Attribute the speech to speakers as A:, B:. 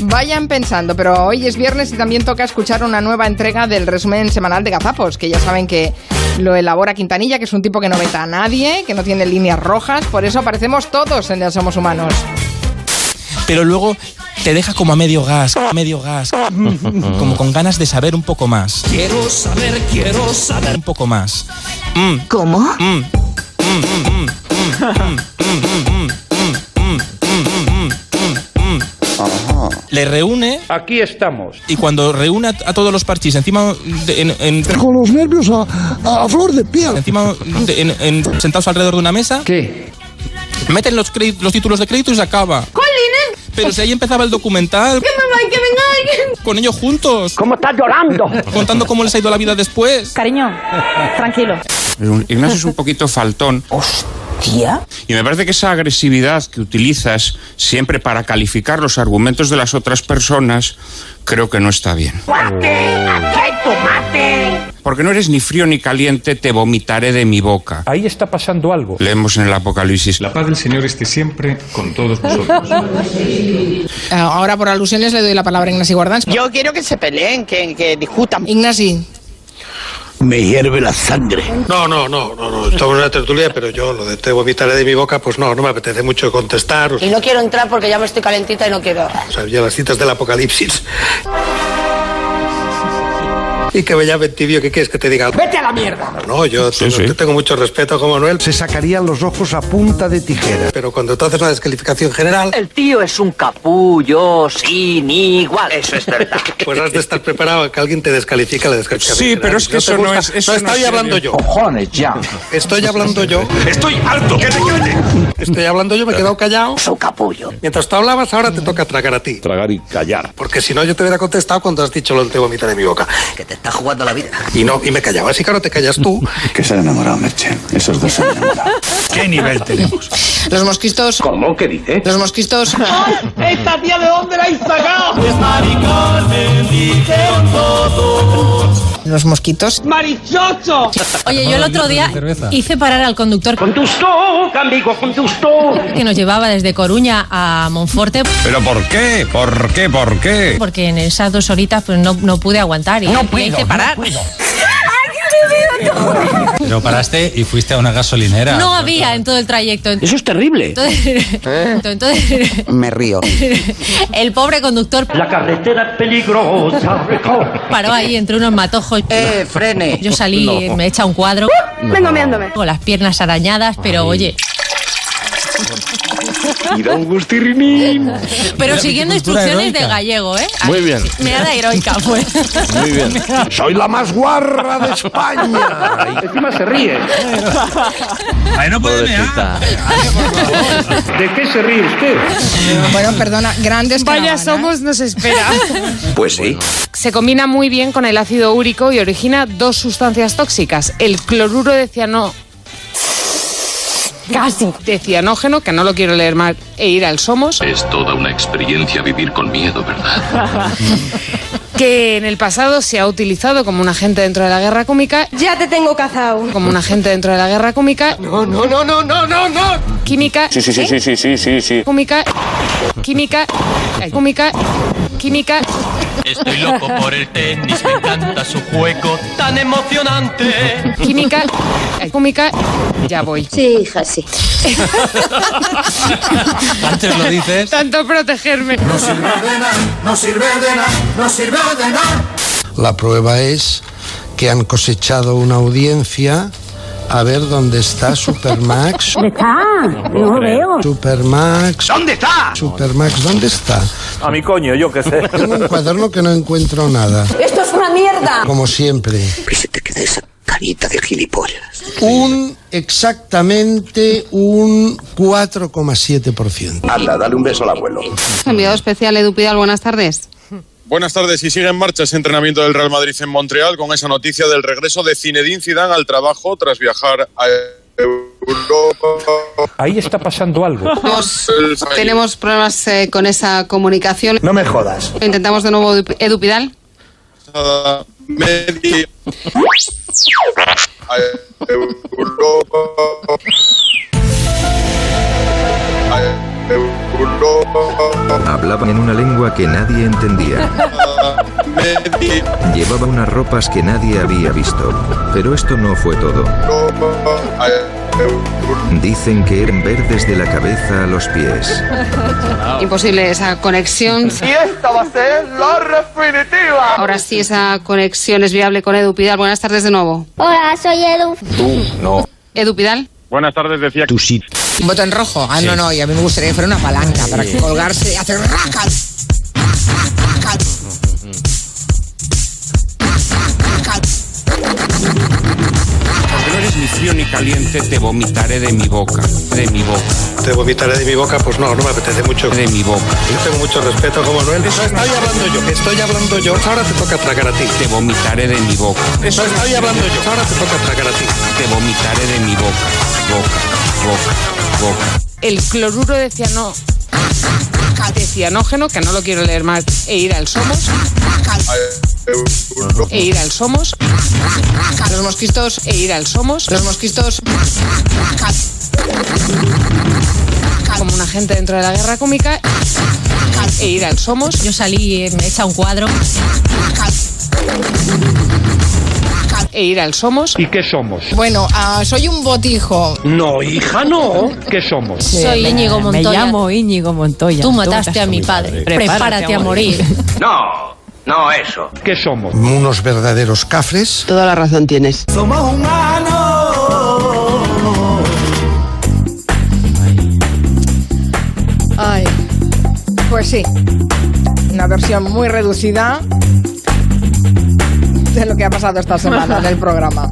A: Vayan pensando, pero hoy es viernes y también toca escuchar una nueva entrega del resumen semanal de Gazapos, que ya saben que lo elabora Quintanilla, que es un tipo que no veta a nadie, que no tiene líneas rojas, por eso aparecemos todos en el Somos Humanos.
B: Pero luego te deja como a medio gas, a medio gas, como con ganas de saber un poco más.
C: Quiero saber, quiero saber.
B: Un poco más.
D: ¿Cómo?
B: Mm, mm, mm, mm, mm, mm, mm, mm, mm, mm. Le reúne
E: Aquí estamos.
B: y cuando reúne a, a todos los parchís encima de- en- en-
F: con los nervios a, a flor de piel.
B: encima de- en- en- sentados alrededor de una mesa,
E: ¿Qué?
B: meten los, crédit- los títulos de crédito y se acaba. Pero si ahí empezaba el documental con ellos juntos,
E: ¿Cómo estás llorando?
B: contando cómo les ha ido la vida después.
G: Cariño, tranquilo.
H: Ignacio es Eh, un poquito faltón. Y me parece que esa agresividad que utilizas siempre para calificar los argumentos de las otras personas, creo que no está bien. Porque no eres ni frío ni caliente, te vomitaré de mi boca.
E: Ahí está pasando algo.
H: Leemos en el Apocalipsis.
I: La paz del Señor esté siempre con todos vosotros.
A: Eh, Ahora por alusiones le doy la palabra a Ignasi Guardans.
J: Yo quiero que se peleen, que, que discutan.
A: Ignasi,
C: Me hierve la sangre.
K: No, no, no, no, no. Estamos en una tertulia, pero yo lo de te vomitaré de mi boca, pues no, no me apetece mucho contestar. O
G: Y no quiero entrar porque ya me estoy calentita y no quiero.
K: sea, ya las citas del apocalipsis. Y que vaya Ventivio, ¿qué quieres que te diga?
J: ¡Vete a la mierda!
K: No, yo
H: Sí,
K: tengo,
H: sí.
K: te tengo mucho respeto como Manuel,
F: Se sacarían los ojos a punta de tijera.
K: pero cuando tú haces una descalificación general,
J: El tío es un capullo sin igual. Eso es verdad.
K: pues has de estar preparado a que alguien te descalifica la descalificación.
H: Sí,
K: general.
H: pero es
K: Si
H: que
K: te
H: eso no
K: gusta-
H: es- eso
K: no
H: no
K: estoy
H: es
K: hablando
H: serio.
K: yo. Estoy hablando yo.
C: Estoy harto, que se calle.
K: Estoy hablando yo, me he quedado callado.
J: Es un capullo.
K: Mientras tú hablabas, ahora te toca tragar a ti.
C: Tragar y callar.
K: Porque si no, yo te hubiera contestado cuando has dicho lo del te vomita de mi boca.
J: Que te está jugando la vida.
K: Y no, y me callaba. Así que ahora te callas tú.
C: Que se han enamorado, Merche. Esos dos se han enamorado.
I: ¿Qué nivel tenemos?
A: los mosquitos,
C: ¿Cómo? ¿Qué dice?
A: los mosquitos.
J: ¿Esta tía de dónde la has sacado?
A: Los mosquitos.
J: ¡Marichocho!
G: Oye, yo el otro día hice parar al conductor
J: Con tu show, amigo, con tu show.
G: que nos llevaba desde Coruña a Monforte
I: ¿Pero por qué? ¿Por qué? ¿Por qué?
G: porque en esas dos horitas pues no, no pude aguantar y le hice parar.
B: Pero paraste y fuiste a una gasolinera.
G: No había en todo el trayecto.
J: Eso es terrible.
G: Entonces, entonces
D: Me río.
G: el pobre conductor
J: La carretera es peligrosa.
G: paró ahí entre unos matojos.
D: Eh, frene.
G: Yo salí, me echa un cuadro. Vengo meándome. Con las piernas arañadas, pero oye. Pero siguiendo instrucciones de gallego, ¿eh?
C: Muy bien.
G: Me da heroica, pues.
C: Muy bien. Soy la más guarra de España.
E: Encima se ríe.
B: Ay, no puede mear.
E: ¿De qué se ríe usted?
A: Bueno, perdona, grandes
L: Vaya
A: caravanas.
L: somos nos espera.
C: Pues sí.
L: Se combina muy bien con el ácido úrico y origina dos sustancias tóxicas, el cloruro de ciano casi de cianógeno, que no lo quiero leer mal, e ir al somos,
I: Es toda una experiencia vivir con miedo, ¿verdad?
L: que en el pasado se ha utilizado como un agente dentro de la guerra cómica,
G: Ya te tengo cazado.
L: como un agente dentro de la guerra cómica,
K: No, no, no, no, no, no, no.
L: química,
C: Sí, sí, sí, sí, sí, sí, sí, sí.
L: química, química, química, química.
B: Estoy loco por el tenis, me encanta su juego tan emocionante.
L: Química, cómica, ya voy.
D: Sí, hija, sí.
B: Antes lo dices.
L: Tanto protegerme.
F: La prueba es que han cosechado una audiencia a ver dónde está Supermax. ¿Dónde está? No veo. Supermax. ¿Dónde está? Supermax, ¿dónde está?
E: A mi coño, yo qué sé.
F: Tengo un cuaderno que no encuentro nada.
G: ¡Esto es una mierda!
F: Como siempre.
J: Pero se te queda esa carita de gilipollas.
F: Un exactamente un 4,7%.
C: Anda, dale un beso al abuelo.
G: Enviado especial Edu Pidal, buenas tardes.
H: Buenas tardes. Y sigue en marcha ese entrenamiento del Real Madrid en Montreal con esa noticia del regreso de Zinedine Zidane al trabajo tras viajar a Europa.
E: Ahí está pasando algo.
G: Tenemos problemas eh, con esa comunicación.
F: No me jodas.
G: Intentamos de nuevo Edu- Edu Pidal.
H: pasada media a Europa. A
M: Hablaba en una lengua que nadie entendía. Llevaba unas ropas que nadie había visto. Pero esto no fue todo. Dicen que eran verdes de la cabeza a los pies.
L: Imposible esa conexión.
B: Y esta va a ser la definitiva.
L: Ahora sí esa conexión es viable con Edu Pidal. Buenas tardes de nuevo.
N: Hola, soy Edu.
C: Tú no.
L: Edu Pidal.
H: Buenas tardes, decía.
C: Tú sí.
O: Un botón rojo. Ah,
H: Sí.
O: no, no, y a mí me gustaría que fuera una palanca para colgarse y hacer racas.
H: Porque no eres ni frío ni caliente, te vomitaré de mi boca. De mi boca.
K: Te vomitaré de mi boca, pues no, no me apetece mucho.
H: De mi boca.
K: Yo tengo mucho respeto como Noel. Eso estoy hablando yo, estoy hablando yo. Ahora te toca tragar a ti.
H: Te vomitaré de mi boca.
K: Eso estoy hablando yo. Ahora te toca tragar a ti.
H: Te vomitaré de mi boca. Boca, boca, boca.
L: El cloruro de ciano... De cianógeno, que no lo quiero leer más, e ir al Somos. E ir al Somos. Los mosquitos. E ir al Somos. Los mosquitos. Como un agente dentro de la guerra cómica. E ir al Somos.
G: Yo salí, eh, me echa un cuadro.
L: E ir al Somos.
E: ¿Y qué somos?
A: Bueno, ah, soy un botijo.
E: No, hija, no. ¿Qué somos?
G: Soy Íñigo Montoya.
P: Me llamo Íñigo Montoya.
G: Tú mataste a mi padre. Prepárate a morir.
C: No, no eso.
E: ¿Qué somos?
F: Unos verdaderos cafres. Toda la razón tienes.
B: Somos humanos.
A: Ay, pues sí. Una versión muy reducida de lo que ha pasado esta semana en el programa.